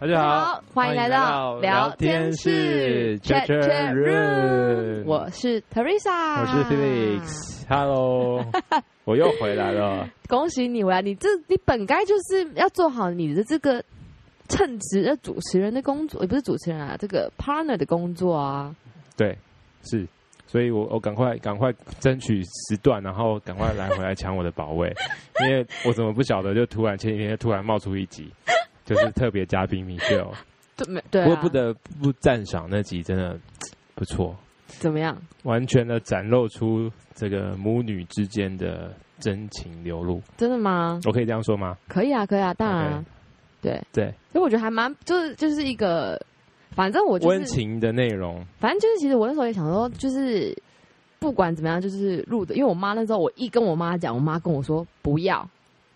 大家好，欢迎来到聊天室 Chat Chat Room 我啊是 Teresa，我是 Felix，Hello，我又回来了。恭喜你回来，你这你本该就是要做好你的这个称职的主持人的工作，也不是主持人啊，这个 partner 的工作啊。对，是，所以我我赶快赶快争取时段，然后赶快来回来抢我的宝位，因为我怎么不晓得，就突然前几天突然冒出一集，就是特别嘉宾 Michelle，对没 对、不啊？过不得不赞赏那集真的不错，怎么样？完全的展露出这个母女之间的真情流露，真的吗？我可以这样说吗？可以啊，可以啊，当然啊、对。对，所以我觉得还蛮，就是就是一个，反正我就温是，情的内容，反正就是，其实我那时候也想说，就是不管怎么样，就是录的，因为我妈那时候我一跟我妈讲，我妈跟我说不要，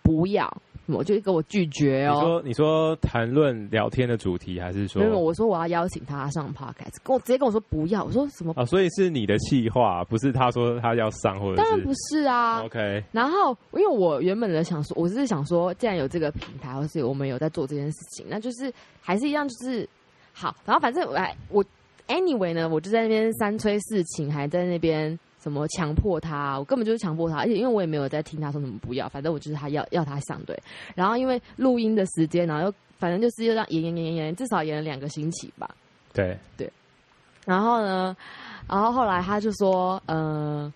不要，我就跟我拒绝你哦。说你说谈论聊天的主题，还是说哦没有，我说我要邀请她上 podcast，跟我直接跟我说不要，我说什么？啊？所以是你的气话，不是他说他要上，或者当然是哦不是啊。 OK 然后，因为我原本的想说，我只是想说，既然有这个平台，或是我们有在做这件事情，那就是还是一样，就是好。然后反正我来，我 anyway 呢，我就在那边三催四请，还在那边什么强迫他，我根本就是强迫他，而且因为我也没有在听他说什么不要，反正我就是他要要他上对。然后因为录音的时间，然后又反正就是又让延延延延延，至少延了两个星期吧。对，然后呢，然后后来他就说，呃，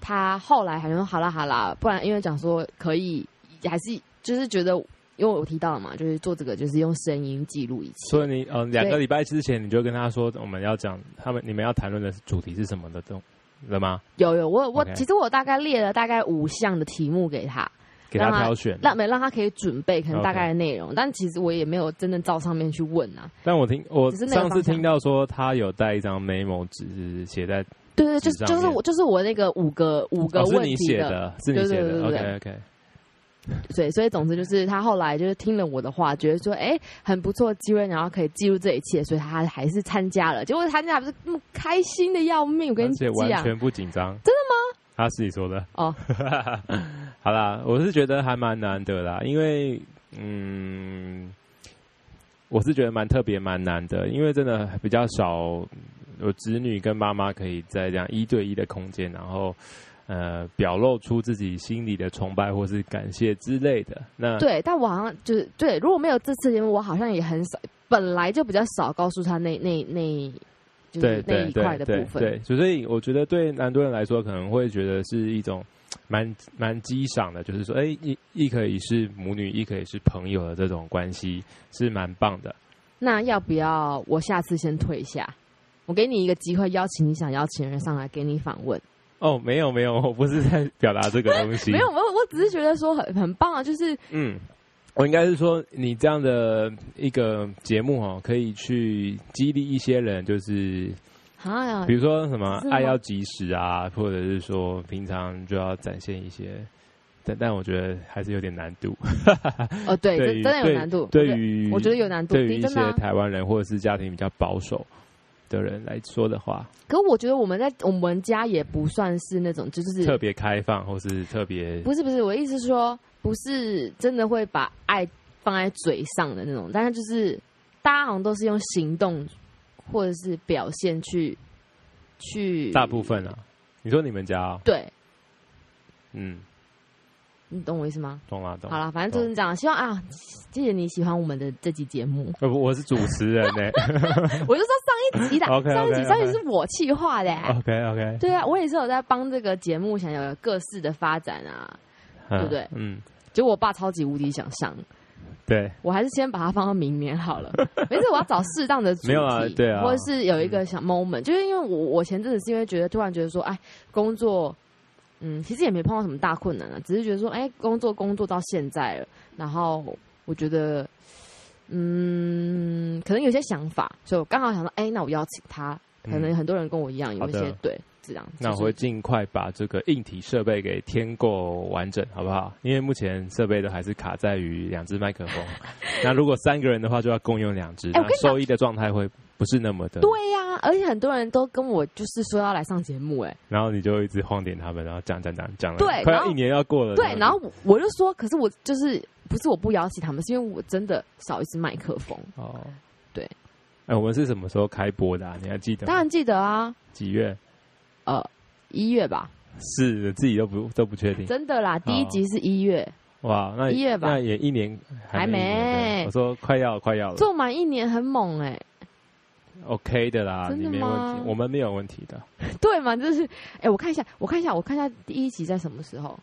他后来还说好啦好啦，不然因为讲说可以，还是就是觉得，因为我提到了嘛，就是做这个就是用声音记录一切。所以你呃两个礼拜之前你就跟他说哦我们要讲他们你们要谈论的主题是什么的这种了吗？有有，我我 OK 其实我大概列了大概五项的题目给他，给他让他挑选。让没让他可以准备可能 OK 大概的内容但其实我也没有真的照上面去问啊。但我听我只是那个上次方向听到说他有带一张 memo 纸写在对对，就是纸上就是面我就是我那个五个五个哦是问你题写的，的，是你写对对的。对 OK 对 OK，对，所以总之就是他后来就是听了我的话，觉得说哎、诶很不错的机会，然后可以记录这一切，所以他还是参加了。结果参加还不是那么开心的要命，我跟而你且讲，啊完全不紧张。真的吗？他是你说的哦。 好啦，我是觉得还蛮难得啦，因为嗯，我是觉得蛮特别、蛮难的，因为真的比较少有子女跟妈妈可以在这样一对一的空间，然后呃表露出自己心里的崇拜或是感谢之类的。那对，但我好像就是对，如果没有这次节目，我好像也很少，本来就比较少告诉他那那那，就是对那对一对块的部对分。对，所以我觉得对南多人来说，可能会觉得是一种蛮蛮激赏的，就是说，哎，亦亦可以是母女，亦可以是朋友的这种关系，是蛮棒的。那要不要我下次先退下？我给你一个机会，邀请你想邀请的人上来给你访问。哦，没有没有，我不是在表达这个东西，没有，我我只是觉得说很很棒啊，就是嗯，我应该是说，你这样的一个节目哦，可以去激励一些人，就是啊比，如说什么是吗爱要及时啊，或者是说平常就要展现一些，但但我觉得还是有点难度。哦对，对这于真的有难度。对我觉得于我觉得有难度，对于真一的些啊。台湾人或者是家庭比较保守的人来说的话，可我觉得我们在我们家也不算是那种，就是特别开放或是特别不是不是，我的意思是说，不是真的会把爱放在嘴上的那种，但是就是大家好像都是用行动或者是表现去去大部分啊。你说你们家哦、对，嗯，你懂我意思吗？懂啦懂好。啦，反正就是这样，希望啊，谢谢你喜欢我们的这期节目， 呃不，我是主持人呢、 我就说上一集啦， OK，OK，上一集 OK 哦上一集是我气化的、 OK OK， 对啊，我也是有在帮这个节目想有各式的发展啊，对不对嗯，结果我爸超级无敌想上，对，我还是先把它放到明年好了。 没事，我要找适当的主题，没有啊对啊或者是有一个小 moment，、就是因为我我前阵子是因为觉得突然觉得说，哎，工作，嗯，其实也没碰到什么大困难啊，只是觉得说，哎，工作工作到现在了，然后我觉得，嗯，可能有些想法，所以我刚好想到，哎，那我邀请他，可能嗯很多人跟我一样有一好些的对这样，那我就是会尽快把这个硬体设备给添购完整，好不好？因为目前设备都还是卡 在于两只麦克风，那如果三个人的话，就要共用两只，哎那我跟你讲收益的状态会不是那么的。对呀、而且很多人都跟我就是说要来上节目、哎，然后你就一直晃点他们，然后讲讲讲讲了，对快然要后一年要过了。对，然后我我就说，可是我就是不是我不邀请他们，是因为我真的少一支麦克风。哦，对，哎，我们是什么时候开播的啊？你还记得吗？当然记得啊，几月？呃，一月吧，是自己都不都不确定。真的啦，第一哦集是一月，哇，那一月吧那也一年还没一年没对我说快要快要了做满一年很猛哎、 ，OK 的啦，真你的没问吗题，我们没有问题的。 对嘛？就是哎、我看一下，我看一下，我看一下第一集在什么时候？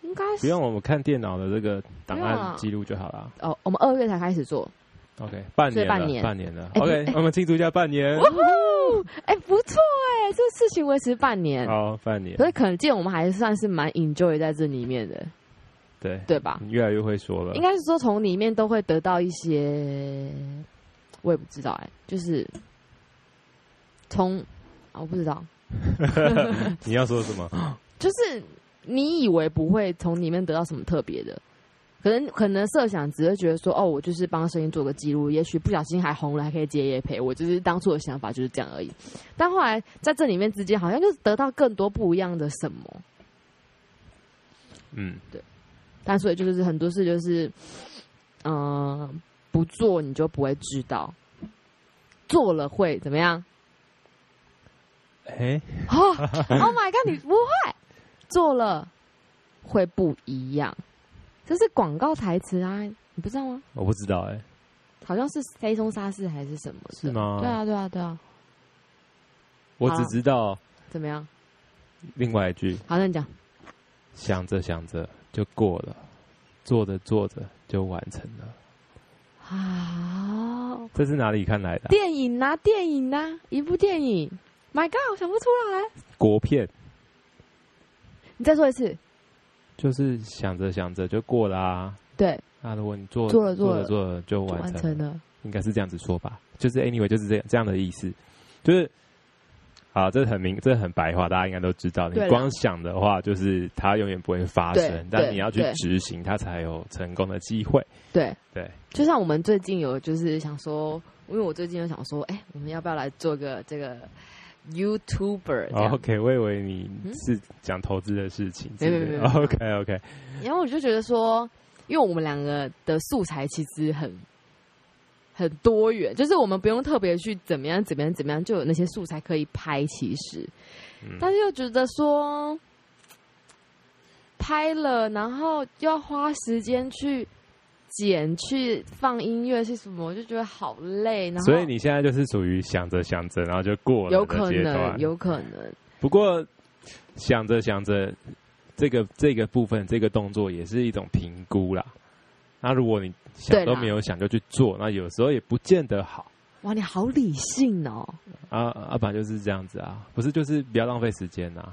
应该不是用我们看电脑的这个档不用啊案记录就好了。哦，我们二月才开始做， OK，半所以年半了，年半年了。哎 OK，哎我们庆祝一下半年哇。呼，哎、不错哎、这个事情维持半年，好，半年。所以可见我们还算是蛮 enjoy 在这里面的，对，对吧？你越来越会说了应。该是说从里面都会得到一些，我也不知道哎、就是从啊，我不知道，你要说什么？就是你以为不会从里面得到什么特别的，可能可能设想只会觉得说，哦，我就是帮声音做个记录，也许不小心还红了，还可以接夜陪，我就是当初的想法就是这样而已。但后来在这里面之间，好像就是得到更多不一样的什么，嗯，但所以就是很多事就是，嗯、不做你就不会知道，做了会怎么样？ 哎，哦，Oh my god！你不会做了会不一样，这是广告台词啊，你不知道吗？我不知道，哎，好像是《非松沙士》还是什么的？是吗对啊，对啊，对啊，我只知道怎么样？另外一句，好，那你讲，想着想着就过了，做着做着就完成了。好，这是哪里看来的啊？电影啊，电影啊，一部电影，My God，我想不出来，国片，你再说一次，就是想着想着就过啦、啊。对，那如果你做做了做做了做了就就完完成了成了。应该是这样子说吧，就是 anyway 就是这样这样的意思，就是啊，这很明，这很白话，大家应该都知道。你对啦光想的话，就是它永远不会发生对，但对你要去对执行，它才有成功的机会。对对，就像我们最近有就是想说，因为我最近有想说，哎、我们要不要来做个这个 YouTuber 这哦样？ OK，我以为你嗯是讲投资的事情之没有类没有的。没有没有 OK OK，然后我就觉得说，因为我们两个的素材其实很很多元，就是我们不用特别去怎么样怎么样怎么样，就有那些素材可以拍。其实，嗯但是又觉得说拍了，然后又要花时间去剪、去放音乐是什么，我就觉得好累。然后所以你现在就是属于想着想着，然后就过了有的可阶能，段。有可能，不过想着想着，这个这个部分这个动作也是一种评估啦。那如果你想对啦都没有想就去做，那有时候也不见得好哇，你好理性哦。啊。啊，本来就是这样子啊，不是就是不要浪费时间啊呐、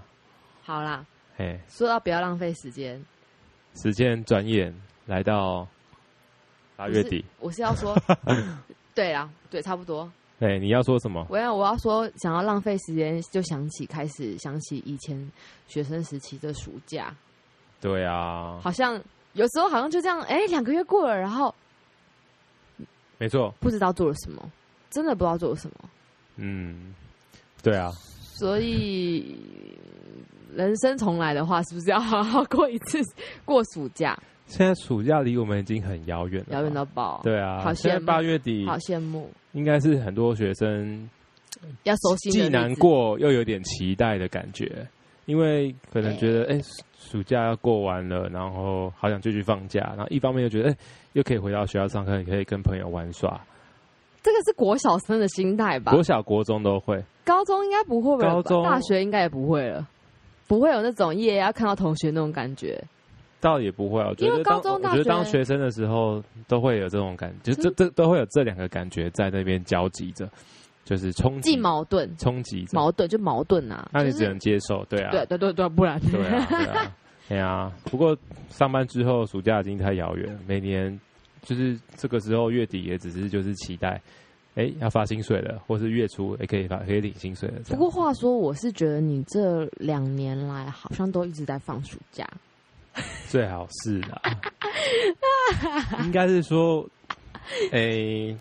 好啦，哎，说到不要浪费时间，时间转眼来到八月底，我是 要说，对啦，对，差不多。哎，你要说什么？我要我要说，想要浪费时间，就想起开始想起以前学生时期的暑假，对啊，好像有时候好像就这样，哎、两个月过了，然后没错，不知道做了什么，真的不知道做了什么，嗯，对啊，所以。人生重来的话，是不是要好好过一次过暑假？现在暑假离我们已经很遥远了嘛，遥远到爆， 对啊，好现在羡慕八月底好羡慕！应该是很多学生要收心，既难，过又有点期待的感觉，因为可能觉得哎、诶暑假要过完了，然后好想继续放假，然后一方面又觉得哎、诶又可以回到学校上课，也可以跟朋友玩耍。这个是国小生的心态吧？国小、国中都会，高中应该不会了吧，高中大学应该也不会了，不会有那种夜要看到同学那种感觉。倒也不会啊。我觉因得为当高中我大觉得当学学生的时候都会有这种感觉，就这这都会有这两个感觉在那边交集着，就是冲既击、矛盾，冲击着，矛盾就矛盾啊。那你就是只能接受，对啊，对对对对，不然对啊，对啊，对啊。不过上班之后，暑假已经太遥远了，每年就是这个时候月底也只是就是期待，哎、要发薪水了，或是月初也可以发可以领薪水了。这 不样过话说，我是觉得你这两年来好像都一直在放暑假，最好 是啦，应该是说，哎、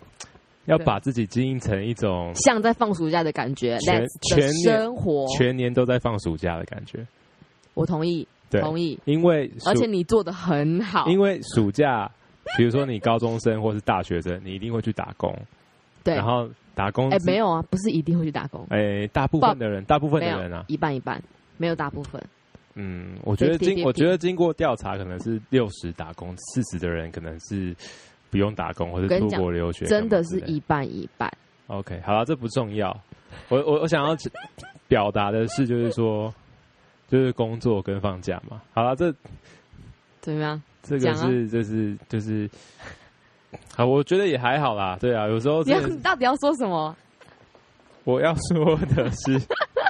要把自己经营成一种像在放暑假的感觉全，Let's 全的年生活，全年都在放暑假的感觉。我同意，对，同意，因为暑而且你做的很好，因为暑假，比如说你高中生或是大学生，你一定会去打工，对，然后打工哎、没有啊，不是一定会去打工，哎，大部分的人，大部分的没有人啊，一半一半，没有大部分，嗯，我觉得经50-50我觉得经过调查，可能是六十打工，四十的人可能是不用打工或我者跟出你讲国留学干真嘛之类，的是一半一半。 OK，好了，这不重要。我我我想要表达的是，就是说， 就是工作跟放假嘛。好了，这怎么样？这个讲啊是就是就是，好，我觉得也还好啦。对啊，有时候你真要 的你到底要说什么？我要说的是，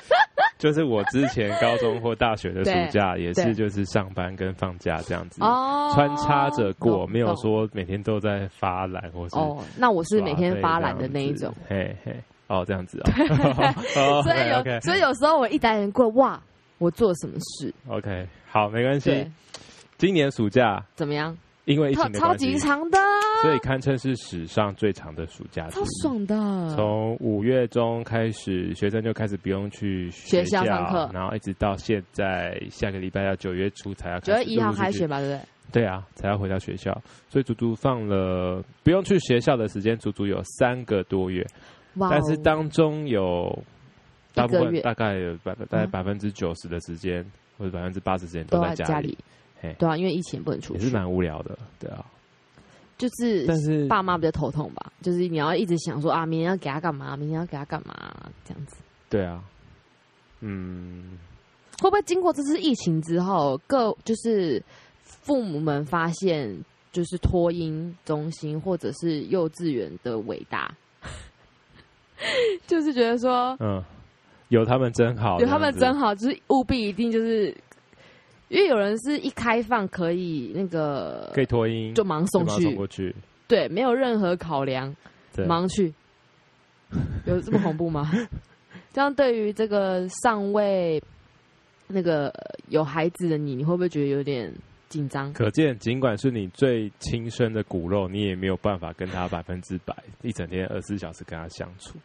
就是我之前高中或大学的暑假也是对就是上班跟放假这样子。哦，穿插着过，懂没有懂说每天都在发懒或是哦。那我是每天发懒的那一种，耍废这样子。嘿嘿，哦，这样子啊、 哦。所以有 OK 所以有时候我一打眼过，哇，我做了什么事？ OK，好，没关系对。，今年暑假怎么样？因嗯为疫超情的超关级系，长的，所以堪称是史上最长的暑假之超一。爽的。从五月中开始，学生就开始不用去学校上课然后一直到现在下个礼拜要九月初才要九开月始一号开陆陆续续，学吧，对不对？对啊，才要回到学校，所以足足放了不用去学校的时间，足足有三个多月。哇哦！但是当中有大部一个分月大概有百大概嗯百分之九十的时间、或者百分之八十时间都在在家里，里嘿，对啊，因为疫情不能出也去是，蛮无聊的，对啊。就是但是爸妈比较头痛吧，就是你要一直想说啊，明天要给他干嘛，明天要给他干嘛，这样子。对啊，嗯，会不会经过这次疫情之后，各就是父母们发现，就是托婴中心或者是幼稚园的伟大， 就是觉得说，嗯，有他们真好，有他们哦这样真子好，就是务必一定就是，因为有人是一开放可以那个可以脱音，就忙就送把它送去，过去，对，没有任何考量，对，忙去，有这么恐怖 吗？这样对于这个尚未那个呃有孩子的你，你会不会觉得有点紧张？可见，尽管是你最亲生的骨肉，你也没有办法跟他百分之百一整天二十四小时跟他相处。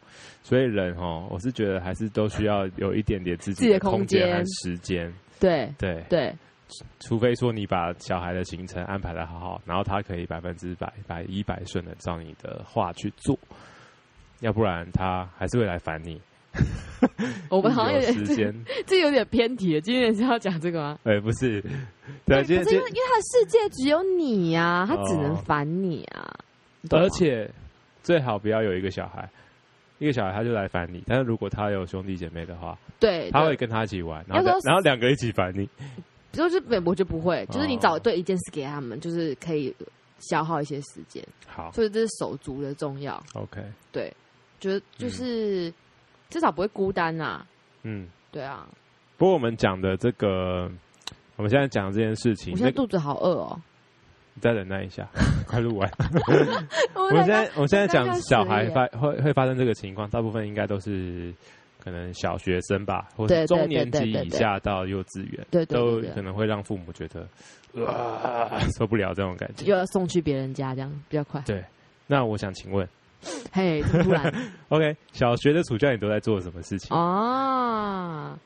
所以人哦，我是觉得还是都需要有一点点自自己的的空间间和时间。对对，对，除非说你把小孩的行程安排的好好，然后他可以百分之百百依百顺的照你的话去做，要不然他还是会来烦你。我们好像有有时点这间， 这有点偏题了。今天是要讲这个吗？哎、不是，对，啊今天可是今因为因为他的世界只有你呀、他只能哦烦你啊。你懂吗而且最好不要有一个小孩，一个小孩他就来烦你。但是如果他有兄弟姐妹的话，对，他会对跟他一起玩，然后要再说然后两个一起烦你。就是我就不会，就是你哦找对一件事给他们，就是可以消耗一些时间，好所以这是手足的重要。 ，OK，对，觉得就是、至少不会孤单呐、嗯。对啊，不过我们讲的这个，我们现在讲这件事情，我现那在肚子好饿哦。你再忍耐一 下，快录完。我我们现在我们现在大概讲十小孩耶发会会发生这个情况，大部分应该都是可能小学生吧，或对是对中对年对级对以对下到幼稚园，对对都对对可能会让父母觉得啊受不了这种感觉。又要送去别人家，这样比较快。那我想请问嘿，这么 突然，OK，小学的暑假你都在做什么事情？哦啊，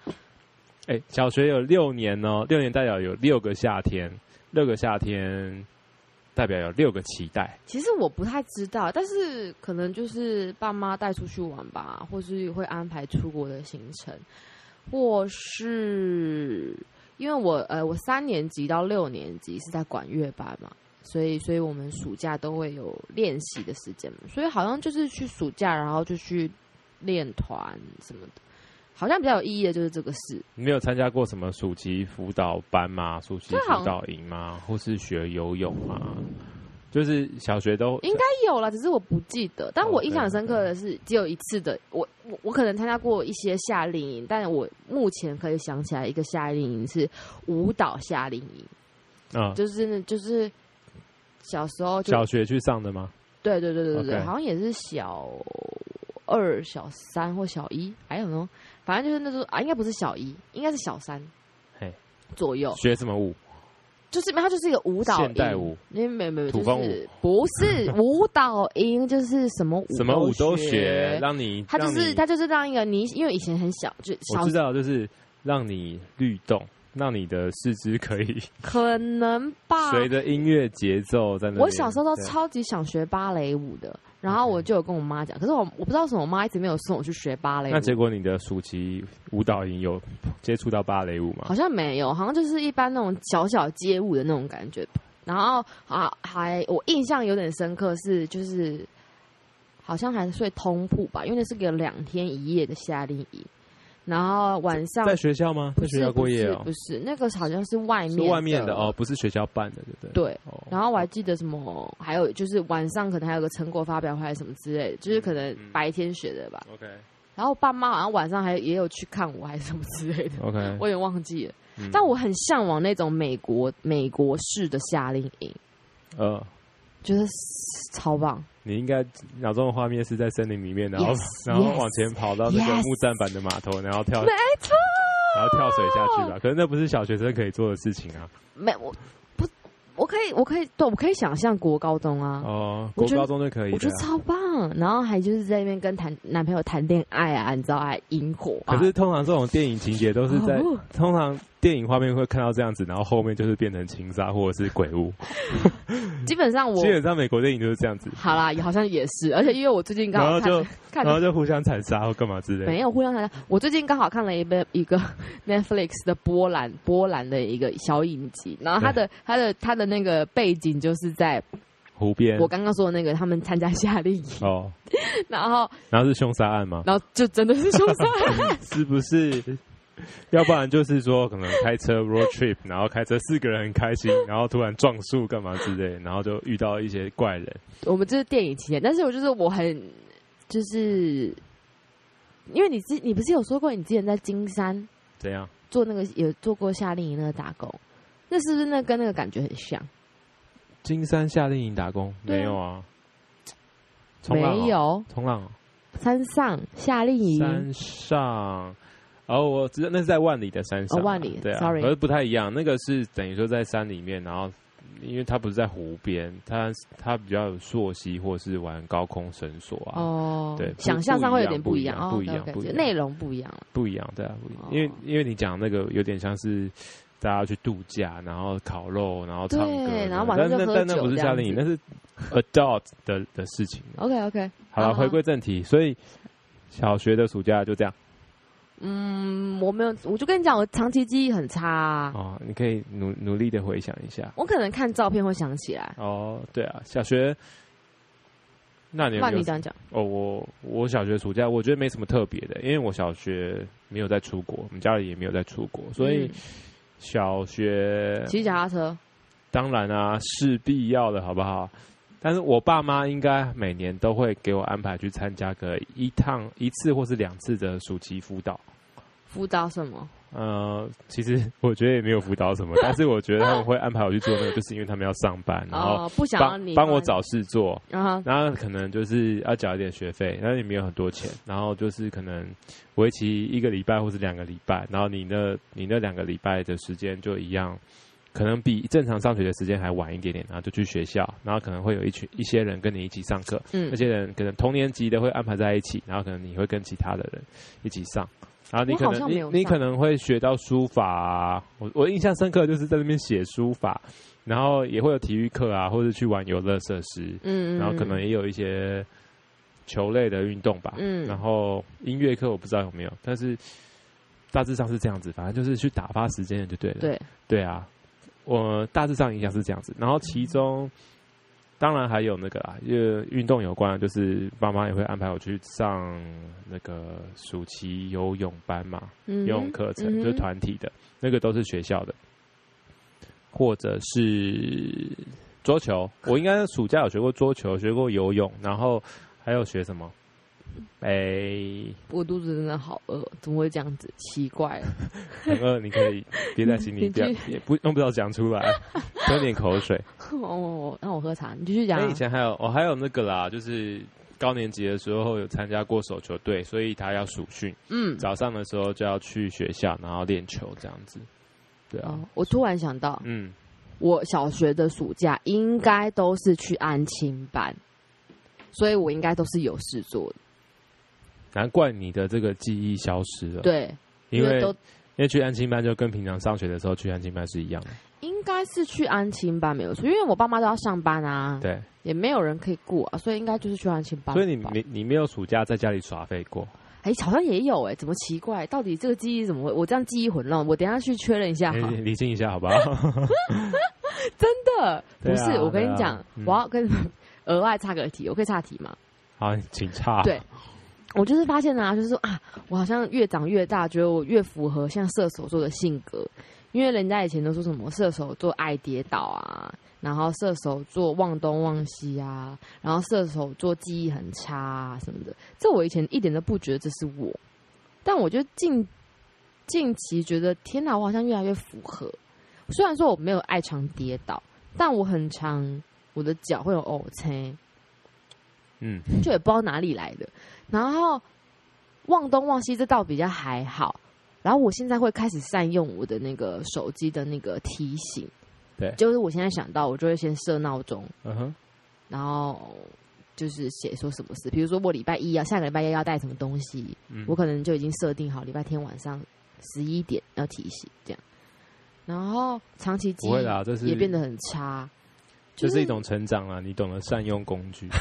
哎、小学有六年哦，六年代表有六个夏天，六个夏天代表有六个期待。其实我不太知道，但是可能就是爸妈带出去玩吧，或是会安排出国的行程，或是因为我呃我三年级到六年级是在管乐班嘛，所以所以我们暑假都会有练习的时间嘛，所以好像就是去暑假，然后就去练团什么的，好像比较有意义的就是这个事。你没有参加过什么暑期辅导班吗？暑期这好像辅导营吗？或是学游泳吗？就是小学都应该有啦，只是我不记得。但哦我印象很啊深刻的是，只有一次的，我我我可能参加过一些夏令营，但我目前可以想起来一个夏令营是舞蹈夏令营，啊、嗯就是那就是小时候就小学去上的吗？对对对对对 OK 好像也是小二、小三或小一，还有呢，反正就是那时候啊，应该不是小一，应该是小三嘿左右，学什么舞？就是它就是一个舞蹈现代营舞，因为没有没有土风舞就是不是舞蹈营，就是什么舞什么舞都都学，让你他就让是你他就是让一个你，因为以前很小，就小我知道，就是让你律动，让你的四肢可以可能 吧。随着音乐节奏在那边。啊我小时候都对超级想学芭蕾舞的，然后 OK 我就有跟我妈讲，可是我我不知道为什么，我妈一直没有送我去学芭蕾舞。那结果你的暑期舞蹈营有接触到芭蕾舞吗好？像没有，好像就是一般那种小小街舞的那种感觉。然后啊，还我印象有点深刻是就是，好像还睡通铺吧，因为那是个两天一夜的夏令营。然后晚上在学校吗？在不学是校过夜哦不、是不是那个好像是外是面外面的哦，，不是学校办的，对不对？对。哦。然后我还记得什么，还有就是晚上可能还有个成果发表会还是什么之类的，就是可能嗯嗯白天学的吧。 OK 然后我爸妈好像晚上还也有去看我还是什么之类的， OK，我有点忘记了。嗯但我很向往那种美国美国式的夏令营，呃，觉得超棒。你应该脑中的画面是在森林里面，然后 Yes， 然后 yes，往前跑到那个 yes 木栈板的码头，然后跳，没错，然后跳水下去吧。可是那不是小学生可以做的事情啊。没我不，我可以，我可以，对，我可以想象国高中啊，哦，我国觉得高中就可以我的觉啊。得超棒。然后还就是在那边跟谈男朋友谈恋爱啊，你知道，还引火、啊。可是通常这种电影情节都是在哦，通常电影画面会看到这样子，然后后面就是变成情杀或者是鬼屋。基本上我基本上美国电影就是这样子，好啦，也好像也是，而且因为我最近刚然后好看就 看然后就互相残杀或干嘛之类的。没有互相谈，我最近刚好看了一本一个 Netflix 的波兰波兰的一个小影集，然后它的它的它的那个背景就是在湖边我刚刚说的那个他们参加夏令营，哦，然后然后是凶杀案吗？然后就真的是凶杀 案，是不是？ 要不然就是说，可能开车 road trip，然后开车四个人很开心，然后突然撞树干嘛之类，然后就遇到一些怪人。我们这是电影期间，但是我就是我很就是，因为你之你不是有说过你之前在金山怎样？做那个有做过夏令营那个打工，那是不是那跟那个感觉很像？金山夏令营打工对啊没有啊？冲浪哦没，有，冲浪哦山上夏令营山上。哦，我知道那是在万里的山上啊、哦万里对啊 sorry 可是不太一样。那个是等于说在山里面，然后因为它不是在湖边，它它比较有溯溪或是玩高空绳索啊，哦，对不想象上会有点不一一样样，哦不一样 OK，OK，不一样就内容不一样了。不一样，对啊，不一样。哦因为因为你讲那个有点像是大家去度假，然后烤肉，然后唱歌，对然后晚但上就那喝但那酒不是夏令营，这哦那是 adult 的的事情。 OK OK，好好了，好回归正题，所以小学的暑假就这样嗯，我没有，我就跟你讲，我长期记忆很差啊、哦，你可以努努力的回想一下。我可能看照片会想起来。哦，对啊，小学。那你有那没你有这样讲，哦，我我小学暑假我觉得没什么特别的，因为我小学没有在出国，我们家里也没有在出国，所以呃嗯小学骑脚踏车，当然啊，势必要的，好不好？但是我爸妈应该每年都会给我安排去参加个一趟一次或是两次的暑期辅导。辅导什么？呃，其实我觉得也没有辅导什么，但是我觉得他们会安排我去做那个，就是因为他们要上班，然后哦，不想要帮你啊帮我，找事做，然后然后可能就是要缴一点学费，然后也没有很多钱，然后就是可能为期一个礼拜或是两个礼拜，然后你那你那两个礼拜的时间就一样，可能比正常上学的时间还晚一点点，然后就去学校，然后可能会有一群一些人跟你一起上课，嗯那，些人可能同年级的会安排在一起，然后可能你会跟其他的人一起上。然后你我可好能像没你有你上可能会学到书法、啊，我我印象深刻就是在那边写书法，然后也会有体育课啊，或者去玩游乐设施，嗯，嗯然后可能，也有一些球类的运动吧。嗯然后音乐课我不知道有没有，但是大致上是这样子，反正就是去打发时间的就对了。对，对啊，我大致上影响是这样子。然后其中当然还有那个啦，因为运动有关的，就是爸妈也会安排我去上那个暑期游泳班嘛。嗯游泳课程，嗯哼就是团体的，那个都是学校的，或者是桌球。我应该暑假有学过桌球，学过游泳，然后还有学什么？哎、我肚子真的好饿，怎么会这样子？奇怪 了，很饿，你可以 憋在心里，你不要继也不用不着讲出 来，喝点口水。哦，让我喝茶，你继续讲那啊哎以。前还有哦我、还有那个啦，就是高年级的时候有参加过手球队，所以他要暑训，嗯，早上的时候就要去学校，然后练球这样子。对啊，哦，我突然想到，嗯，我小学的暑假应该都是去安亲班，所以我应该都是有事做的。难怪你的这个记忆消失了。，对，因为都因为去安亲班就跟平常上学的时候去安亲班是一样的。应该是去安亲班没有错，因为我爸妈都要上班啊，对，也没有人可以顾啊，所以应该就是去安亲班吧。所以你没你没有暑假在家里耍废过。哎、好像也有哎、怎么奇怪？到底这个记忆怎么会？我这样记忆混乱，我等一下去确认一下哎哈。理清一下好不好？真的、对不啊是，我跟对你啊讲，嗯我要跟你们额外插个题，我可以插题吗？好，请差。对我就是发现啊，就是说啊，我好像越长越大，觉得我越符合像射手座的性格，因为人家以前都说什么射手座爱跌倒啊，然后射手座忘东忘西啊，然后射手座记忆很差啊什么的，这我以前一点都不觉得这是我，但我就近近期觉得天哪，我好像越来越符合。虽然说我没有爱常跌倒，但我很常我的脚会有凹陷。嗯，就也不知道哪里来的。然后忘东忘西这倒比较还好。然后我现在会开始善用我的那个手机的那个提醒，对就是我现在想到我就会先设闹钟，嗯哼，然后就是写说什么事，比如说我礼拜一要下个礼拜一要带什么东西，嗯我可能就已经设定好礼拜天晚上十一点要提醒这样。然后长期记不会啦，这是忆也变得很差， 这就是一种成长啊，你懂得善用工 具。对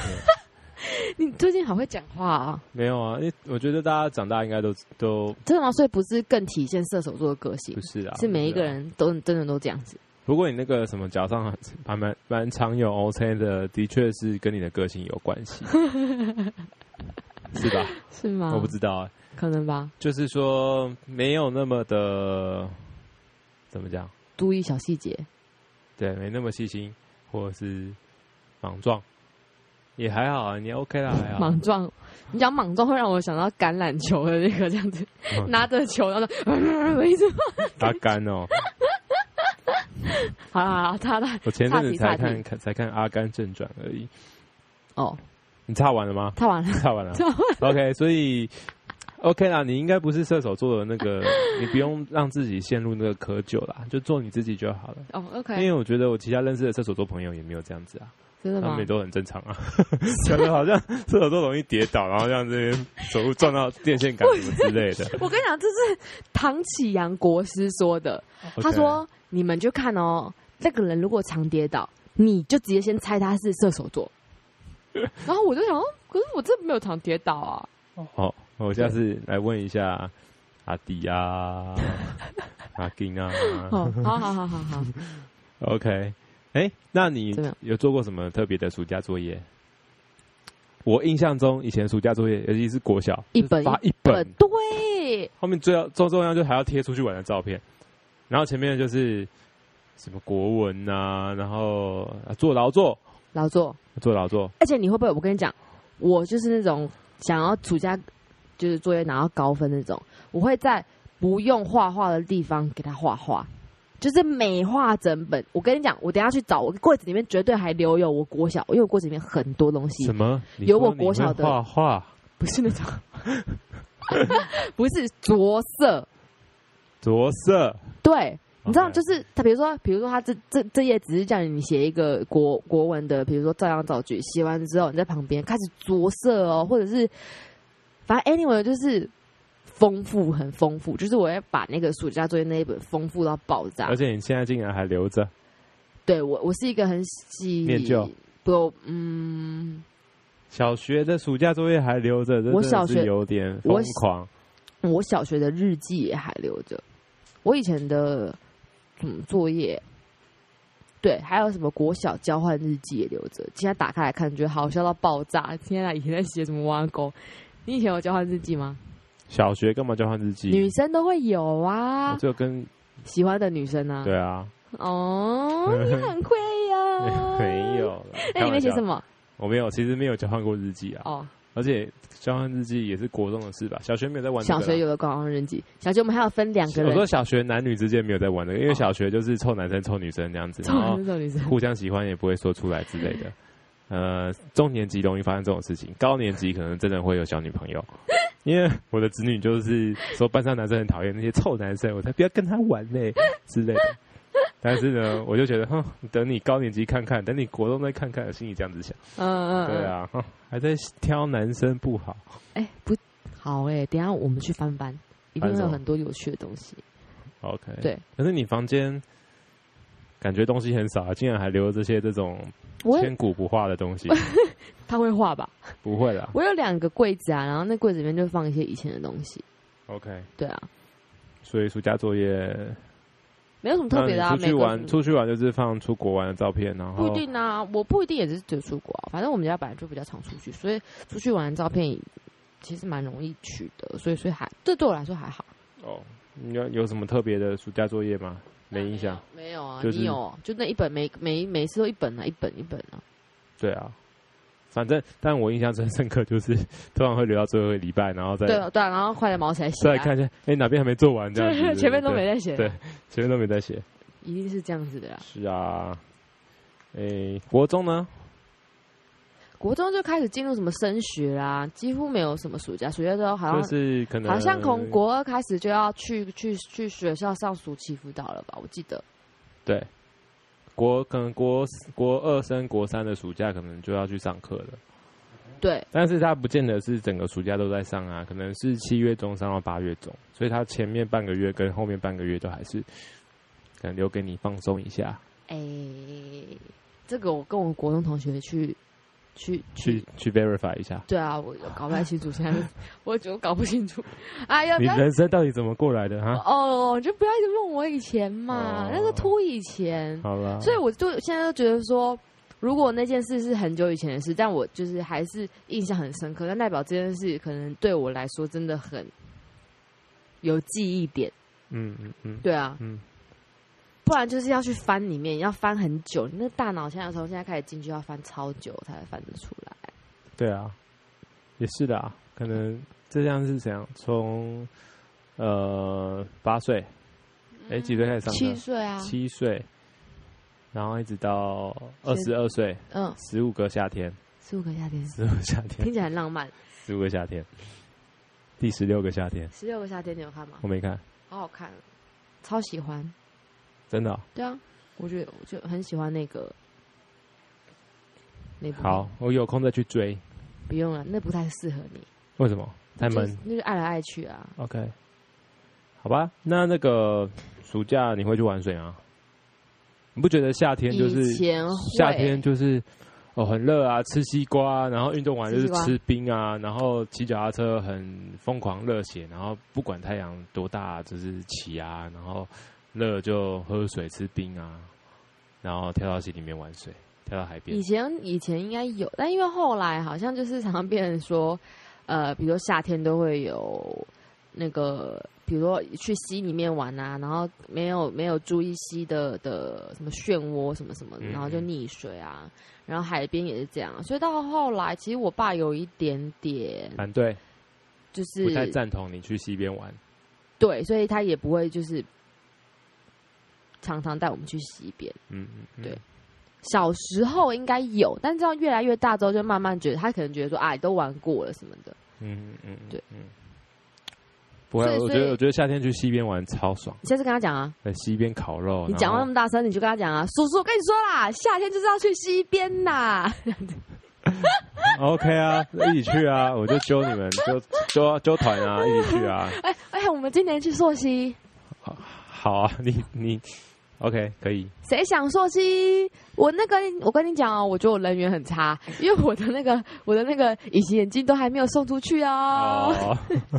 你最近好会讲话啊！没有啊，因为我觉得大家长大应该都都真的吗？所以不是更体现射手座的个性不？是啊，是每一不个啊。人都真的都这样子。不过你那个什么脚上还蛮蛮常有哦 OK 的，的确是跟你的个性有关 系，是吧？是吗我不知道啊，可能吧。就是说没有那么的怎么讲，注意小细节，对，没那么细心，或者是莽撞，也还好啊，你 OK 啦，还好。莽撞。你讲莽撞会让我想到橄榄球的那个这样子，嗯拿着球然后 说，一直。阿甘哦，好了好了，他他我前阵子才岔题看看才看《阿甘正传》而已。哦，你差完了吗？他完了。差 完了。OK，所以 OK 啦，你应该不是射手座的那个，你不用让自己陷入那个窠臼啦，就做你自己就好了。哦因，OK，为我觉得我其他认识的射手座朋友也没有这样子啊，真的他吗们也？都很正常啊，可能好像射手座容易跌倒，然后让这边手撞到电线杆什么之类的。我跟你讲，这是唐启阳国师说的。他 OK 说：“你们就看哦，那个人如果常跌倒，你就直接先猜他是射手 座。”然后我就想，哦可是我真的没有常跌倒啊。好，我下次来问一下阿迪啊、阿金啊。哦，好好好好 好。 OK，哎、那你怎么样有做过什么特别的暑假作业？我印象中以前暑假作业，尤其是国小，一本就是发一呃本，，对，后面最要最重要就还要贴出去玩的照片，然后前面就是什么国文啊，然后啊做劳作，老作。做劳作，而且你会不会？我跟你讲，我就是那种想要暑假就是作业拿到高分那种，我会在不用画画的地方给他画画，就是美化整本。我跟你讲，我等一下去找，我柜子里面绝对还留有我国小，因为我柜子里面很多东西什，么你有我说你国小会的画画不是那种， 不是着色，着色，对。你知道， OK 就是他，比如说，比如说他这这这页只是叫你写一个国国文的，比如说照样造句，写完之后你在旁边开始着色哦，或者是反正 anyway 就是丰富，很丰富。就是我要把那个暑假作业那一本丰富到爆炸而。且你现在竟然还留着，对我，我是一个很喜念旧不，嗯，小学的暑假作业还留着，这真我的小是学有点我疯狂。我小学的日记也还留着，我以前的嗯作业，对，还有什么国小交换日记也留着。现在打开来看，觉得好笑到爆炸！天啊，以前在写什么挖沟？你以前有交换日记吗？小学干嘛交换日记？女生都会有我 啊，就跟喜欢的女生 啊。对啊，哦，你很会呀、没。有啦。啊 那哎里面写什么？么？我没有，其实没有交换过日记啊。哦，而且交换日记也是国中的事吧？小学没有在玩这个小啦。学有的交换日记，小学我们还要分两个我人说，小学男女之间没有在玩的，因为小学就是臭男生臭女生这样子，这 然后种女生。互相喜欢也不会说出来之类的。呃，中年级容易发生这种事情，高年级可能真的会有小女朋 友。因为我的子女就是说班上男生很讨厌那些臭男生，我才不要跟他玩嘞之类的。但是呢，我就觉得，哼，等你高年级看看，等你国中再看看，心里这样子想。嗯嗯，对嗯，啊，哼还在挑男生不好，哎，不好哎，等一下我们去翻翻，一定翻会什有么很多有趣的东西。 OK，对，可是你房间感觉东西很少，啊竟然还留着这些这种我有千古不化的东 西，他会画吧？不会啦。我有两个柜子啊，然后那柜子里面就放一些以前的东西。 OK，对啊，所以暑假作业没有什么特别的啊，那你出没去有玩，出去玩就是放出国玩的照片，然不一后定啊，我不一定也是只有出国啊、反正我们家本来就比较常出去，所以出去玩的照片其实蛮容易取得，所以所以还这对我来说还好。哦，你有有什么特别的暑假作业吗？没印象。没有啊，就是你有啊就那一本每每每次都一本啊，一本一本啊。对啊，反正但我印象最深刻就是 通常会留到最后一个礼拜，然后再对啊对啊，然后快点毛起来写、再啊，来看一下，哎，哪边还没做完这样对，子，前面都对没在写，对前面都没在写。一定是这样子的啦。是啊，哎，国中呢？国中就开始进入什么升学啦，几乎没有什么暑假，暑假之后好像、就是可能好像从国二开始就要去去去学校上暑期辅导了吧？我记得。对国可能国国二升国三的暑假可能就要去上课了，对，但是他不见得是整个暑假都在上啊，可能是七月中上到八月中，所以他前面半个月跟后面半个月都还是可能留给你放松一下，哎、这个我跟我国中同学去去去去，去 verify 一下。对啊，我我搞不太清楚，现 在是我我搞不清楚。哎呀，不你要人生到底怎么过来的哈？哦，就不要一直问我以前嘛，哦那个秃以前，好啦，所以我就现在就觉得说。如果那件事是很久以前的事，但我就是还是印象很深刻，那代表这件事可能对我来说真的很有记忆点。嗯嗯嗯对啊，嗯，不然就是要去翻里面，要翻很久。你那大脑现在从现在开始进去要翻超久才会翻得出来。对啊，也是的啊，可能这样是怎样？从呃八岁，哎、几岁开始上课？嗯七岁啊，七岁，然后一直到二现十二岁，嗯，十五个夏天，十五个夏天，十五个夏天，听起来很浪漫。十五个夏天，第十六个夏天，十六个夏天你有看吗我？没看，好好看，超喜欢。真的哦、对啊，我觉得我就很喜欢那个那部。好，，我有空再去追。不用了，那不太适合你。为什么？太闷就是。那就爱来爱去啊。 OK，好吧，那那个暑假你会去玩水吗？你不觉得夏天就以是前会夏天就是哦很热啊，吃西瓜，然后运动完就是吃西瓜吃冰啊，然后骑脚踏车很疯狂热血，然后不管太阳多大就是骑啊，然后热就喝水吃冰啊，然后跳到溪里面玩水，跳到海边以。前以前应该有，但因为后来好像就是常常变成说，呃，比如说夏天都会有那个，比如说去溪里面玩啊，然后没有没有注意溪的的什么漩涡什么什么的，嗯然后就溺水啊，然后海边也是这样，所以到后来其实我爸有一点点反对，就不太是赞同你去溪边玩。对，所以他也不会就是常常带我们去溪边。嗯，嗯嗯对小时候应该有，但这样越来越大之后，就慢慢觉得他可能觉得说，哎，都玩过了什么的。嗯嗯，嗯对，嗯，不会啊，所以我所以觉得我觉得夏天去西边玩超爽，你下次跟他讲啊，在西边烤肉，你讲话那哦然后么大声，你就跟他讲啊，叔叔，我跟你说啦，夏天就是要去溪边呐。 OK 啊，一起去 啊，我就揪你们，揪揪揪团啊，一起去啊，哎哎，我们今年去溯溪，好啊，你你 OK 可以，谁想溯溪？我那个，我跟你讲哦，我觉得我人缘很差，因为我的那个我的那个隐形眼镜都还没有送出去哦。哦，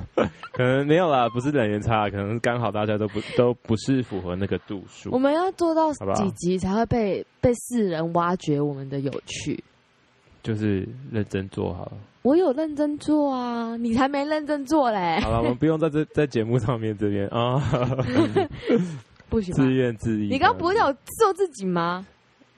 可能没有啦，不是人员差，可能是刚好大家都不都不是符合那个度我数，们要做到好吧几集才会被被世人挖掘我们的有趣？就是认真做好了。我有认真做啊，你才没认真做嘞，好了，我们不用在这 在节目上面这边啊，不行吧自怨自艾。嗯你刚刚不是有做自己吗？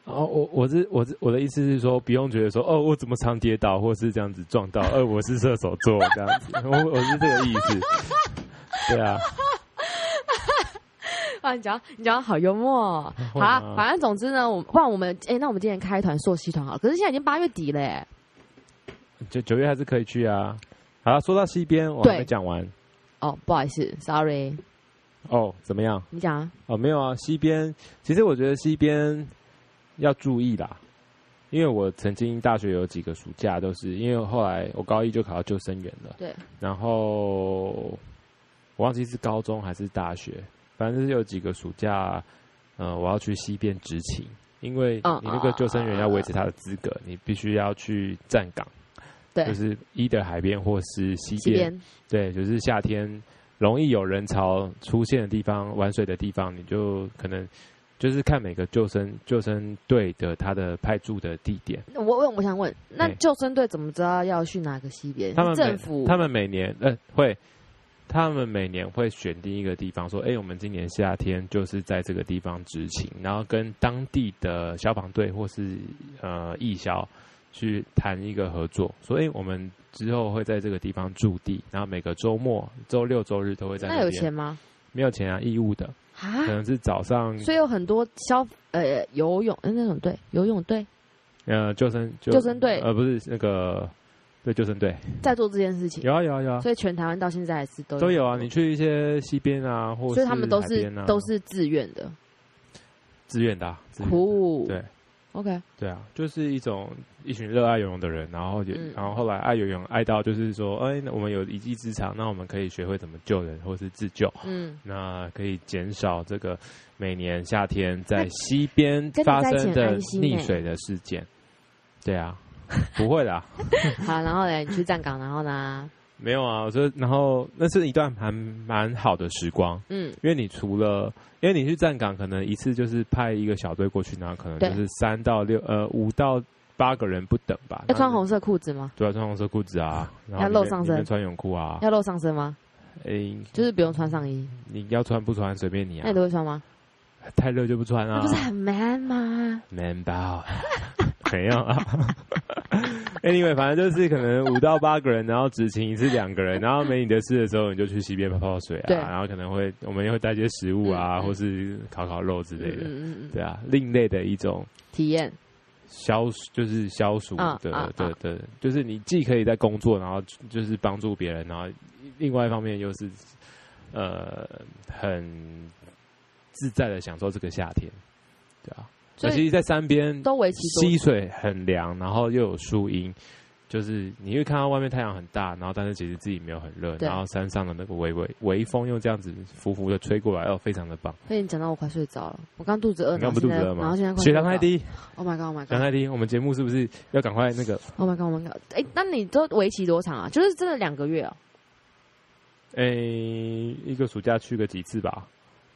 哦，我我是我是我的意思是说，不用觉得说哦，我怎么常跌倒，或是这样子撞到，呃，我是射手座这样子，我我是这个意思。对啊，啊，你讲你讲好幽默、哦。好会 吗啊，反正总之呢，我不然我们哎、那我们今天开团硕西团好了，可是现在已经八月底了耶，九九月还是可以去啊。好了，说到西边，我还没对讲完哦，不好意思，sorry，哦，怎么样？你讲啊，哦，没有啊，西边其实我觉得西边要注意啦，因为我曾经大学有几个暑假都是因为后来我高一就考到救生员了，对，然后我忘记是高中还是大学，反正就是有几个暑假，嗯、我要去西边执勤，因为嗯你那个救生员要维持他的资格，你必须要去站岗，对就是一的海边或是西西边对，就是夏天容易有人潮出现的地方、玩水的地方，你就可能就是看每个救生救生队的他的派驻的地点。我问，我想问，那哎救生队怎么知道要去哪个西边？他们是政府他们每年呃会，他们每年会选定一个地方，说，哎、我们今年夏天就是在这个地方执勤，然后跟当地的消防队或是呃义消去谈一个合作，所以、诶我们之后会在这个地方驻地，然后每个周末、周六、周日都会在那有边。钱吗？没有钱啊，义务的，啊可，能是早上所以有很多消呃游泳呃那种队游泳队呃救生救救生队呃不是那个对救生队在做这件事情，有啊有啊有啊所以全台湾到现在还是都都有啊，你去一些西边啊，或所以他们都是海边啊都是自愿的，自愿的、啊，自愿的苦对 OK，对啊，就是一种一群热爱游泳的人，然后也、嗯然后后来爱游泳爱到就是说，哎，那我们有一技之长，那我们可以学会怎么救人或是自救，嗯，那可以减少这个每年夏天在西边跟你发在一起生很的安心欸溺水的事件。对啊， 不会啦。好，然后嘞，你去站岗，然后呢，没有啊，我说，然后那是一段蛮蛮好的时光，嗯，因为你除了，因为你去站岗，可能一次就是派一个小队过去，然后可能对就是三到六，呃，五到八个人不等吧。要穿红，色裤子吗？对啊，穿红色裤子啊，然后要里面露上身里面穿泳裤啊，要露上身吗？诶，就是不用穿上衣，你要穿不穿随便你那啊你，都会穿吗？太热就不穿那啊不是，很 man 吗？ man 包，没有啊。Anyway，反正就是可能五到八个人，然后执勤一次两个人，然后没你的事的时候，你就去西边泡泡水啊，对然后可能会我们也会带些食物啊，嗯嗯或是烤烤肉之嗯类的，嗯嗯嗯，对啊，另类的一种体验消就是消暑啊的、啊的啊的，就是你既可以在工作，然后就是帮助别人，然后另外一方面又是呃很自在的享受这个夏天，对啊。所以其实，在山边都为期多溪水很凉，然后又有树荫，就是你会看到外面太阳很大，然后但是其实自己没有很热，对然后山上的那个微微微风又这样子拂拂的吹过来，哦，非常的棒。被你讲到我快睡着了，我刚肚子饿，你刚然后不肚现子在饿然后吗现在？快血睡糖太着了低， ，Oh my god，Oh 血 my 糖 god，Oh 太低，我们节目是不是要赶快那个？ my god，Oh my god，哎，那你都为期多长啊？就是真的两个月哦。诶、哎一个暑假去个几次吧。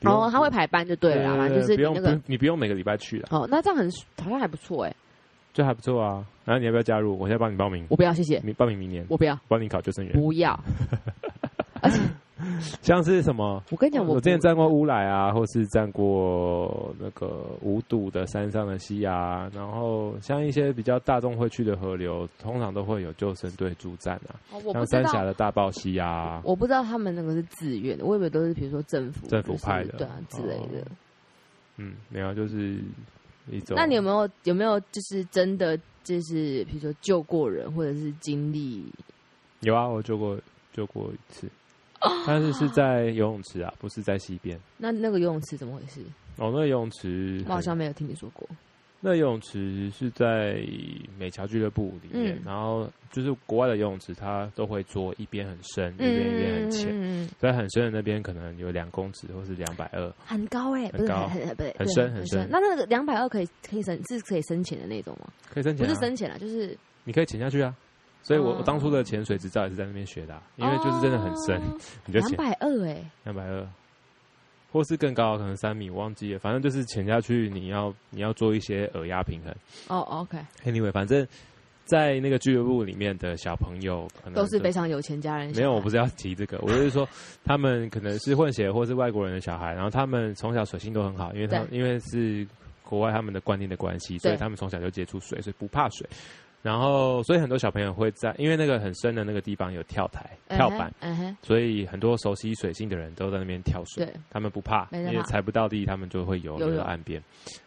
不用哦，他会排班就对了啦，反正就不是你用那不个用，你不用每个礼拜去了，哦，那这样很好像还不错哎，就还不错啊。然后你要不要加入？我现在帮你报名，我不要，谢谢，你报名明年，我不要，帮你考救生员。不要。像是什么？我跟你讲，哦我我之前不哦站过乌来啊，或是站过那个五堵的山上的溪啊，然后像一些比较大众会去的河流，通常都会有救生队驻站啊，哦我不像知三峡道，的大豹溪啊，我不知道他们那个是自愿的，我以为都是比如说政府政府就是派的对啊之类的哦。嗯，没有，就是一种。那你有没有有没有就是真的就是比如说救过人或者是经历？有啊，我救过救过一次，哦但是是在游泳池啊，不是在溪边。那那个游泳池怎么回事？哦，那游泳池我好很像没有听你说过。那游泳池是在美侨俱乐部里面，嗯然后就是国外的游泳池，它都会做一边很深，一边一边很浅。嗯，在很深的那边可能有两公尺或是两百二，很高哎，不是高很很不对，很对深很很深那那个两百二可以可以深是可以深潜的那种吗？可以深不潜、啊，是深潜啦，就是你可以潜下去啊。所以我、哦我当初的潜水执照也是在那边学的啊、因为就是真的很深，哦你就两潜百二哎，两百二，或是更高，可能三米，我忘记了。反正就是潜下去，你要你要做一些耳压平衡。哦，OK， Anyway，反正在那个俱乐部里面的小朋友，可能都是非常有钱家人。没有，我不是是，要提这个，我就是说他们可能是混血或是外国人的小孩，然后他们从小水性都很好，因为他们对因为是国外他们的观念的关系，所以对他们从小就接触水，所以不怕水。然后，所以很多小朋友会在，因为那个很深的那个地方有跳台、跳板，嗯哼，嗯哼，所以很多熟悉水性的人都在那边跳水。对，他们不怕，没得因为怕踩不到地，他们就会游游游到泳岸边。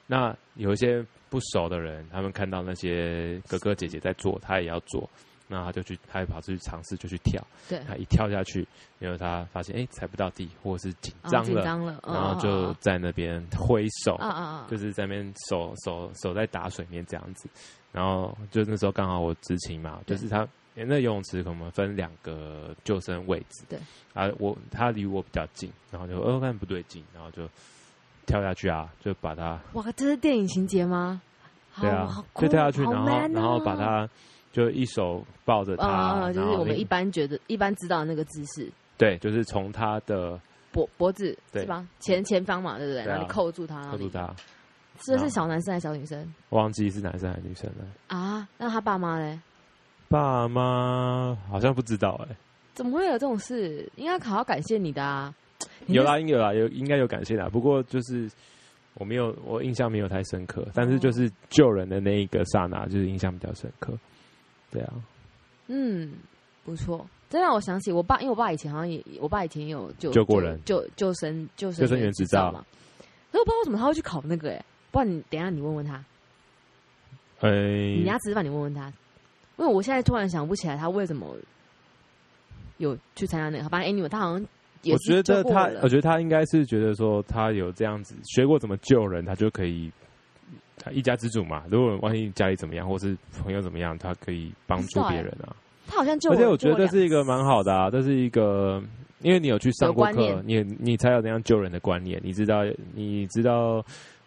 那有一些不熟的人，他们看到那些哥哥姐姐在做，他也要做，那他就去，他就跑出去尝试，就去跳。对，他一跳下去，因为他发现哎、踩不到地，或是紧啊张紧了，张了，嗯然后就嗯在那边挥手，嗯嗯嗯，就是在那边手手手在打水面这样子。然后就那时候刚好我执勤嘛，对就是他诶那游泳池可能分两个救生位置，对，啊我他离我比较近，然后就哦看不对劲，然后就跳下去啊，就把他哇，这是电影情节吗？好对啊哦好，就酷跳下去，好然后 man 然后哦把他就一手抱着嗯嗯他，嗯，就然后是我们另一般觉得一般知道的那个姿势，对，就是从他的脖脖子对是吧？前前方嘛，对不对对？啊然后你扣住他，扣住然后他，你，这然是后小男生还是小女生忘记是男生还是女生了。啊？那他爸妈嘞？爸妈好像不知道哎、怎么会有这种事？应该好好感谢你的啊！你有那啦，有啦，有应该有感谢啦。不过就是我没有，我印象没有太深刻，但是就是救人的那一个刹那，就是印象比较深刻。对啊，嗯，不错，这让我想起我爸，因为我爸以前好像也，我爸以前也有救救过人救救生救生救生员执照照嘛。可是我不知道为什么他会去考那个哎、不然你等一下你问问他，哎、你家吃饭你问问他，因为我现在突然想不起来他为什么有去参加那个，反正 anyway 他好像也我觉是救得过他人，我觉得他应该是觉得说，他有这样子学过怎么救人，他就可以。他一家之主嘛，如果万一家里怎么样，或是朋友怎么样，他可以帮助欸别人啊。他好像救而过且人我觉得这救过是一个蛮好的啊，这是一个，因为你有去上过有观课，你你才有那样救人的观念，你知道你知道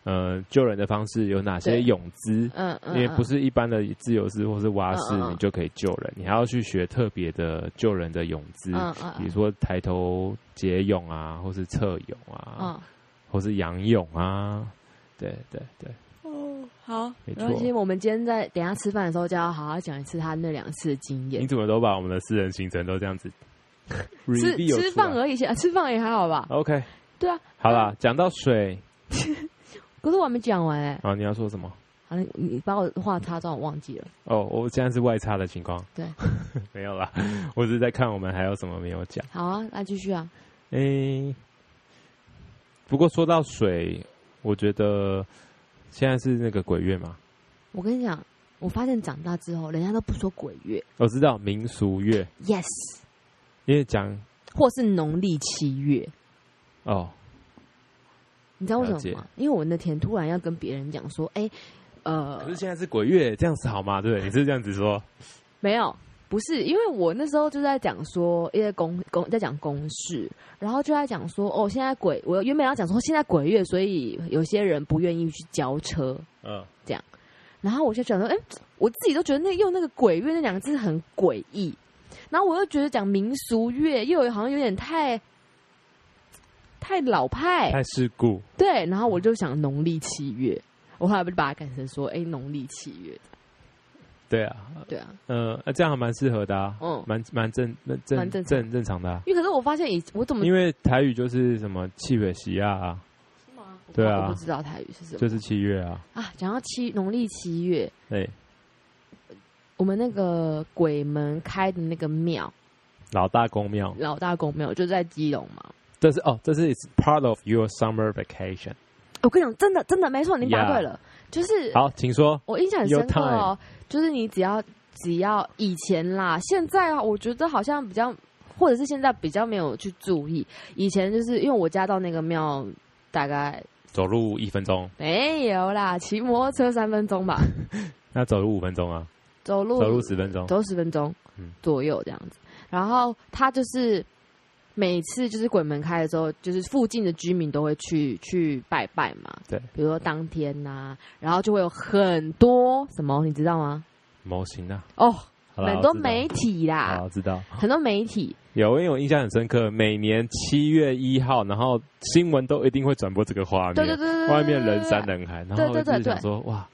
呃救人的方式有哪些对泳姿两，嗯嗯，因为不是是一般的自由式或是蛙式嗯嗯嗯你就可以救人，你还要去学特别的救人的泳姿，嗯嗯比如说抬头蝶泳啊，或是侧泳啊，嗯或是仰泳啊，对对对，哦好，没然后错其实我们今天在等一下吃饭的时候就要好好讲一次他那两次的经验你。怎么都把我们的私人行程都这样子吃 reveal 出来，吃饭而已， 啊，吃饭也还好吧？ OK，对啊，好啦，讲到水。可是我还没讲完哎、啊，你要说什么？好像你把我话插断，我忘记了。哦，我现在是外差的情况。对， 没有啦，我只是在看我们还有什么没有讲。好啊，那继续啊。诶、不过说到水，我觉得现在是那个鬼月嘛，我跟你讲，我发现长大之后，人家都不说鬼月我知道民俗月， ，yes，因为讲或是农历七月，哦，你知道为了什解么吗？因为我那天突然要跟别人讲说，哎、呃可，是现在是鬼月，这样子好吗？对不对？你是这样子说，没有，不是，因为我那时候就在讲说一些公公在讲公事，然后就在讲说哦，现在鬼，我原本要讲说现在鬼月，所以有些人不愿意去交车，嗯，然后我就想说，哎、我自己都觉得那用那个“鬼月”那两个字很诡异，然后我又觉得讲民俗乐又好像有点太太 老派，太世故，对，然后我就想农历七月，我后来就把它改成说，哎、农历七月，对啊，对啊，呃，那这样还蛮适合的啊，嗯蛮蛮正蛮正蛮正常正正常的、啊，因为可是我发现以我怎么因为台语就是什么七月喜啊，对啊我不知道台语是什么，就是七月啊，哎啊，讲到七农历七月，对，我们那个鬼门开的那个庙，老大公庙。老大公庙就在基隆嘛。这是哦，这是 is part of your summer vacation。我跟你讲，真的真的没错，你答 Yeah 对了就是好，请说。我印象很 Your 深刻哦，就是你只要只要以前啦，现在啊，我觉得好像比较，或者是现在比较没有去注意。以前就是因为我家到那个庙大概走路一分钟，没有啦，骑摩托车三分钟吧，那走路五分钟啊，走路走路十分钟。走十分钟哦嗯左右这样子。然后他就是每次就是鬼门开的时候，就是附近的居民都会去去拜拜嘛。对，比如说当天呐、然后就会有很多什么，你知道吗？模型啊，哦，好啦很多媒，体啦，我知道好，知道。很多媒体，有，因为我印象很深刻，每年七月一号，然后新闻都一定会转播这个画面，对对对对，对外面人山。人海，然后对对就对是想说哇。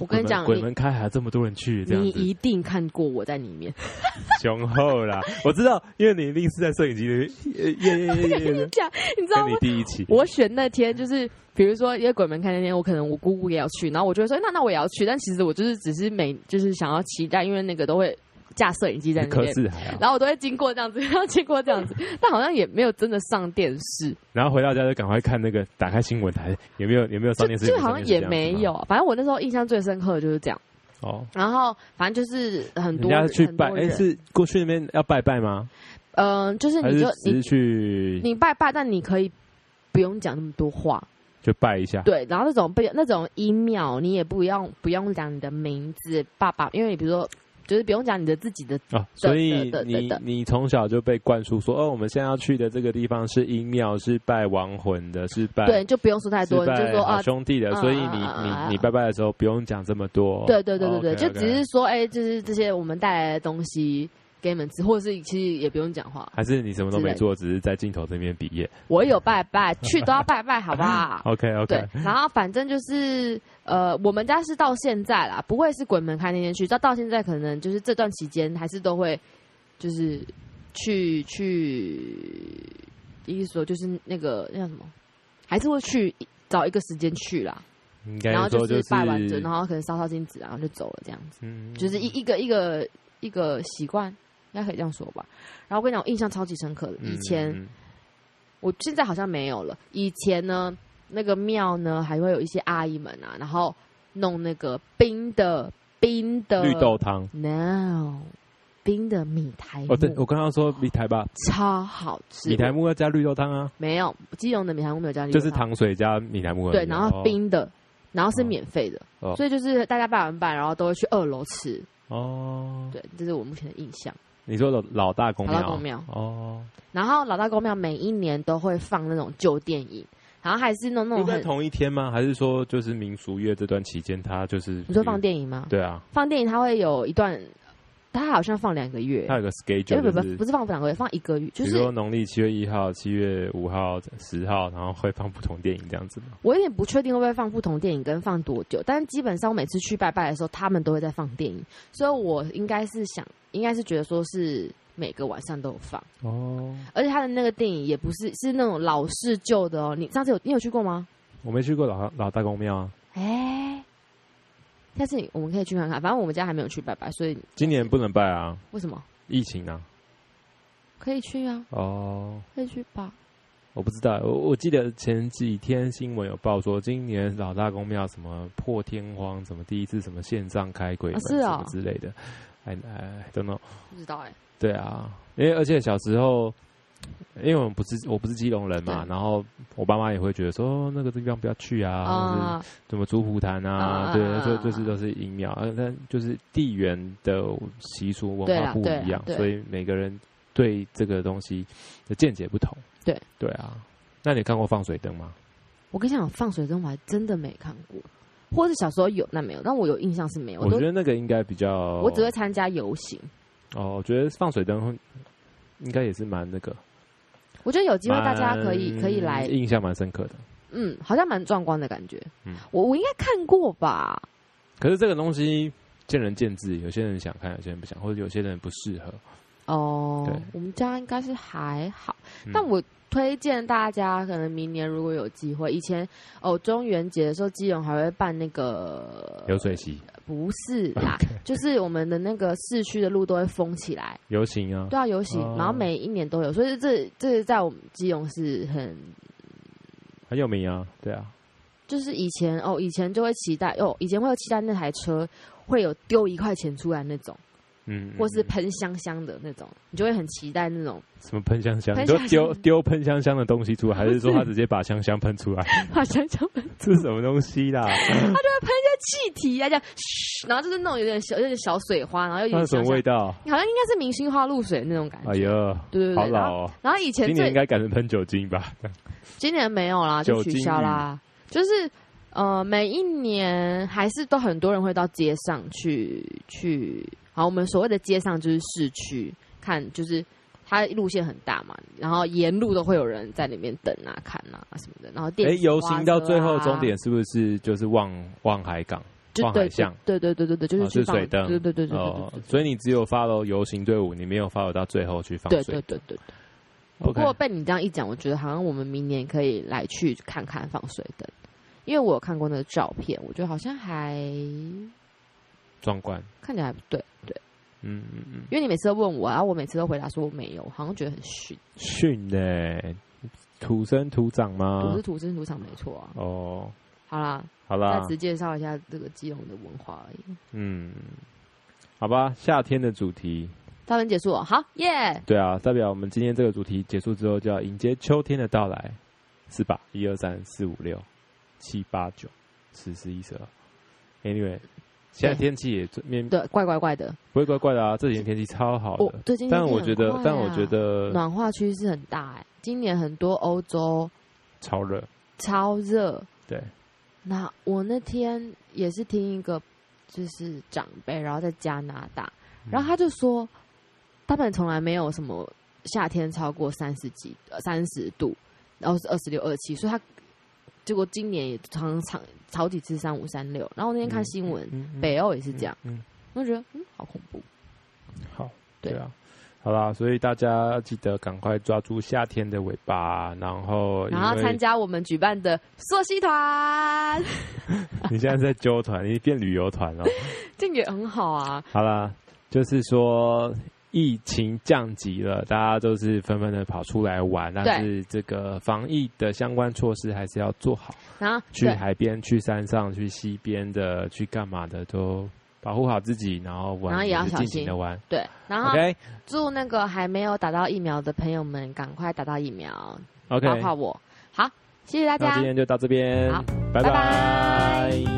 我跟你讲鬼你门开还这么多人去，这对对样你子一定看过我在里面， 雄厚啦！我知道，因为你一定是在摄影机呃里 ，面，耶耶耶耶耶这样你知道跟吗你？第一期，我选那天就是，比如说因为鬼门开那天，我可能我姑姑也要去，然后我就会说那那我也要去，但其实我就是只是每就是想要期待，因为那个都会架摄影机在那可边，是还好。然后我都会经过这样子，然后经过这样子，但好像也没有真的上电视，然后回到家就赶快看那个，打开新闻台有没有有没有上就电视，就好像也有没有上电视这没样子吗有，反正我那时候印象最深刻的就是这样。哦，然后反正就是很人多家去很多拜，哎，人是过去那边要拜拜吗？嗯、就是还你就只你是去你拜拜，但你可以不用讲那么多话，就拜一下？对，然后那种被那种 email，你也不用不用讲你的名字、爸爸，因为你比如说，就是不用讲你的自己的，啊，所以的的你的你从小就被灌输说，哦，我们现在要去的这个地方是阴庙，是拜亡魂的，是拜对，就不用说太是多，你就拜说哎好啊，兄弟的，嗯所以嗯你嗯你嗯你嗯拜拜的时候不用讲这么多，对对对对对，就 OK，OK 只是说，哎，就是这些我们带来的东西给你们吃，或者是其实也不用讲话，还是你什么都之类没的做，只是在镜头这边比耶我有拜拜，去都要拜拜，好不好？ ？OK OK，对，然后反正就是呃，我们家是到现在啦，不会是鬼门开那天去，到到现在可能就是这段期间还是都会就是去去，意思说就是那个那叫什么，还是会去找一个时间去啦，应然后该说是是拜完整，然后可能烧烧金纸，啊然后就走了这样子，嗯就是一一个一个一个习惯，应该可以这样说吧。然后我跟你讲，我印象超级深刻的，以前。嗯嗯我现在好像没有了。以前呢，那个庙呢还会有一些阿姨们啊，然后弄那个冰的冰的绿豆汤，no，冰的米苔木、哦，对我刚刚说米苔吧，超好吃。米苔木要加绿豆汤啊，没有，基隆的米苔木没有加绿豆就汤是糖水加米苔木而已对，啊然后冰的，然后是免费的，哦所以就是大家拜完拜，然后都会去二楼吃。哦，对，这是我目前的印象。你说老老大公老庙啊大公庙哦，然后老大公庙每一年都会放那种旧电影，然后还是弄那就种在很，同一天吗？还是说就是民俗月这段期间，他就是你说放电影吗？对啊，放电影它会有一段，它好像放两个月，他有个哎 schedule，不不就是不是放两个月，放一个月。就比是如说农历七月一号、七月五号、十号，然后会放不同电影这样子嘛。我有点不确定会不会放不同电影跟放多久，但是基本上我每次去拜拜的时候，他们都会在放电影，所以我应该是想，应该是觉得说是每个晚上都有放，哦，而且他的那个电影也不是是那种老式旧的哦。你上次有你有去过吗？我没去过老老大公庙啊，哎、下次你我们可以去看看，反正我们家还没有去拜拜，所以今年不能拜啊，为什么疫情啊。可以去啊？哦，可以去吧。我不知道，我我记得前几天新闻有报说，今年老大公庙什么破天荒，什么第一次什么线上开鬼门、啊是什啊么之类的，哎哎，don't know。不知道哎、对啊，因为而且小时候，因为我们不是我不是基隆人嘛，对然后我爸妈也会觉得说、哦那个地方不要去啊，或啊是什么竹湖潭啊，啊对啊，这啊就是都是阴庙，呃但就是地缘的习俗文对化啦不对啦一样，对所以每个人对这个东西的见解不同。对对啊，那你看过放水灯吗？我跟你讲，放水灯我还真的没看过，或者小时候有，那没有，但我有印象是没有。我都觉得那个应该比较，我只会参加游行，哦，我觉得放水灯会应该也是蛮那个，我觉得有机会大家可以蛮可以来，印象蛮深刻的。嗯，好像蛮壮观的感觉。嗯我我应该看过吧？可是这个东西见仁见智，有些人想看，有些人不想，或者有些人不适合。哦对，我们家应该是还好，嗯但我推荐大家，可能明年如果有机会，以前哦中元节的时候，基隆还会办那个流水席、不是啦就是我们的那个市区的路都会封起来。游行啊，对啊，游行，哦然后每一年都有，所以这这在我们基隆是很，很有名啊，对啊，就是以前哦，以前就会期待哦，以前会期待那台车会有丢一块钱出来那种，嗯，嗯或是嗯喷香香的那种，你就会很期待那种，什么喷香香，你喷说香香丢丢喷香香的东西出来，还是说不是他直接把香香喷出来？把香香的这是什么东西啦？气体啊这样，嘘然后就是那种有点小有点小水花，然后又有那是点什香么香味，道？好像应该是明星花露水那种感觉，哎呦，对对好对，然后老哦！然后以前今年最应该改成喷酒精吧？今年没有啦，就酒取精消啦。就是呃，每一年还是都很多人会到街上去去。好，我们所谓的街上就是市区，看就是它路线很大嘛，然后沿路都会有人在里面等啊、看啊什么的，然后电哎，子游花行车到最后啊终点是不是就是望望海港？就望对海巷对对对对对，就哦是去是放水灯对对对对哦对，所以你只有 follow 游行队伍，你没有 follow 到最后去放对对水对。对对。不 OK，过被你这样一讲，我觉得好像我们明年可以来去看看放水灯，因为我有看过那个照片，我觉得好像还壮观，看起来还不对，对，嗯嗯嗯。因为你每次都问我，然后我每次都回答说我没有，好像觉得很逊，训呢、土生土长土吗是？土生土长没错啊，哦，好啦，好再啦，次介绍一下这个基隆的文化而已。嗯，好吧，夏天的主题，到此结束哦，好耶对啊，代表我们今天这个主题结束之后，就要迎接秋天的到来，是吧？一二三四五六七八九十十一十二，Anyway，现在对天气也最面对，怪怪怪的。不会怪怪的啊，这几天天气超好我的，最近但我觉得，但我觉得得啊暖化趋势很大哎、今年很多欧洲超热，超热。对，那我那天也是听一个就是长辈，然后在加拿大，嗯然后他就说，他们从来没有什么夏天超过三十几、呃三十度，然后是二十六、二七，所以他结果今年也常常好几次三五、三六。然后那天看新闻，嗯嗯北欧也是这样，嗯，我就觉得嗯，好恐怖。好，对对啊，好啦，所以大家记得赶快抓住夏天的尾巴，然后因然后参为加我们举办的溯溪团， 你现在在揪团，你变旅游团了。这个也很好啊。好啦，就是说疫情降级了，大家都是纷纷的跑出来玩，但是这个防疫的相关措施还是要做好，然后去对海边、去山上、去西边的、去干嘛的都。保护好自己，然后玩，然后也要就是小尽心啊情的玩。对，然后 OK 祝那个还没有打到疫苗的朋友们赶快打到疫苗， OK，包括我。好，谢谢大那家今。天就到这边好，拜拜拜拜